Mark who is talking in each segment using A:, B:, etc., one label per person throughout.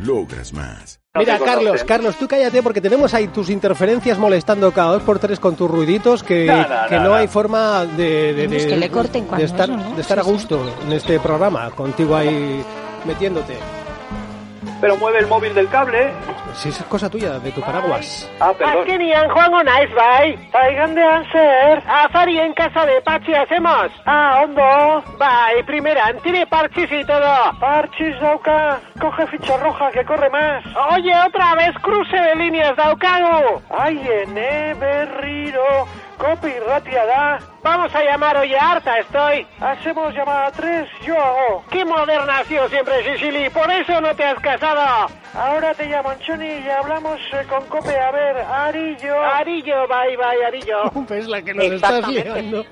A: Logras más.
B: Mira, Carlos, Carlos, tú cállate porque tenemos ahí tus interferencias molestando cada dos por tres con tus ruiditos que
C: No, no, no,
B: que no,
C: no.
B: hay forma de, de,
D: Tenemos
B: de-
D: que le corten cuando
B: de estar,
D: eso, ¿no?
B: de estar a
D: Sí, sí.
B: gusto en este programa, contigo ahí metiéndote. Pues
C: Pero mueve el móvil del cable.
B: Si esa es cosa tuya, de tu paraguas.
C: Ah, perdón.
E: Azkenian joango naiz bai, zaigan dean zer, afarien casa de patxi hacemos. Ah, ondo. Bai, primeran, tire parchis y todo. Parchis dauka, coge ficha roja que corre más. Oye, otra vez cruce de líneas daukagu. Aien, eh, berriro, kopi irratia da. Vamos a llamar hoy a harta estoy. Hacemos llamada 3, yo hago. ¡Qué moderna has sido siempre, Sicily! ¡Por eso no te has casado! Ahora te llamo Anchoni y hablamos eh, con Cope. A ver, Arillo. Arillo, bye, bye, Arillo.
B: Pues Es la que
E: nos estás Exactamente.
B: liando.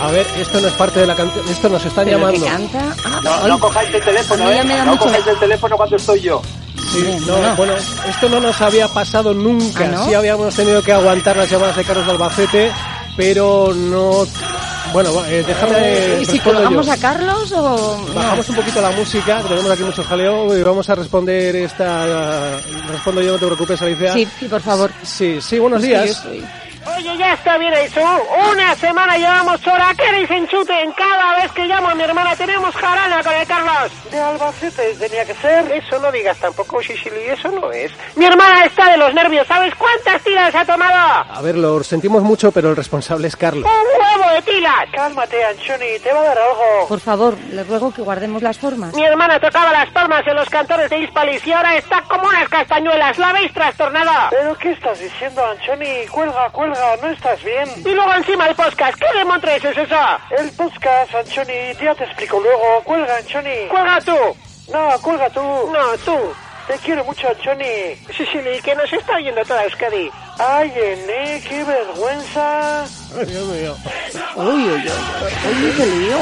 B: A ver, esto no es parte de la canción, esto nos están
D: Pero que
B: llamando.
D: canta. Ah,
C: No,
D: ay,
C: no cojáis el
D: A
C: teléfono,
D: mí ya
C: ¿eh?
D: me da
C: No
D: mucho-
C: cojáis el teléfono cuando estoy yo.
B: Sí, no,
D: no.
B: bueno, esto no nos había pasado nunca.
D: ¿Ah, no?
B: Sí habíamos tenido que aguantar las llamadas de Carlos de Albacete, pero no... Bueno, eh, déjame...
D: ¿Y si
B: respondo yo.
D: colgamos a Carlos o.? no?
B: Bajamos un poquito la música, que tenemos aquí mucho jaleo y vamos a responder esta... Respondo yo, no te preocupes, Alicia.
D: Sí, sí, por favor.
B: Sí, sí, buenos
D: Sí, yo
B: días.
D: estoy-
E: Oye, ya está bien eso. Una semana llevamos hora. ¿Qué dicen chuten? Cada vez que llamo a mi hermana tenemos jarana con el Carlos. De Albacete tenía que ser. Eso no digas tampoco, Sicily. Eso no es. Mi hermana está de los nervios. ¿Sabes cuántas tiras ha tomado?
B: A ver, lo sentimos mucho, pero el responsable es Carlos.
E: ¡Un huevo de tilas! Cálmate, Anchoni, te va a dar algo.
D: Por favor, le ruego que guardemos las formas.
E: Mi hermana tocaba las palmas en los cantores de Hispalis y ahora está como unas castañuelas. ¡La habéis trastornado! ¿Pero qué estás diciendo, Anchoni? Cuelga, cuelga, no estás bien. Y luego encima el podcast. ¿Qué demontres es eso? El podcast, Anchoni, ya te explico luego. Cuelga, Anchoni. ¡Cuelga tú! No, cuelga tú. No, tú. Te quiero mucho, Anchoni. Sí, sí, que nos está oyendo toda Euskadi. Ay, Ene, qué vergüenza.
D: Uy, uy, uy. Uy, qué lío.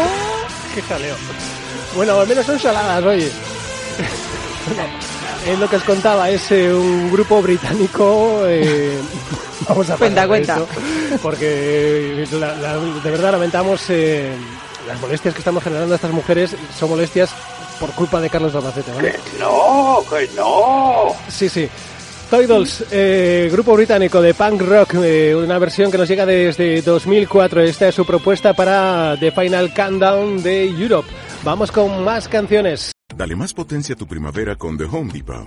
B: Qué jaleo. Bueno, al menos son saladas, oye. Bueno, es lo que os contaba, es eh, un grupo británico. eh, vamos a
D: Cuenta,
B: parar
D: cuenta.
B: esto, porque eh, la- la- de verdad lamentamos eh, las molestias que estamos generando a estas mujeres. Son molestias por culpa de Carlos Albacete, ¿vale?
C: No, que Pues no.
B: Sí, sí. Toy Dolls, eh, grupo británico de punk rock, eh, una versión que nos llega desde 2004. Esta es su propuesta para The Final Countdown de Europe. Vamos con más canciones.
A: Dale más potencia a tu primavera con The Home Depot.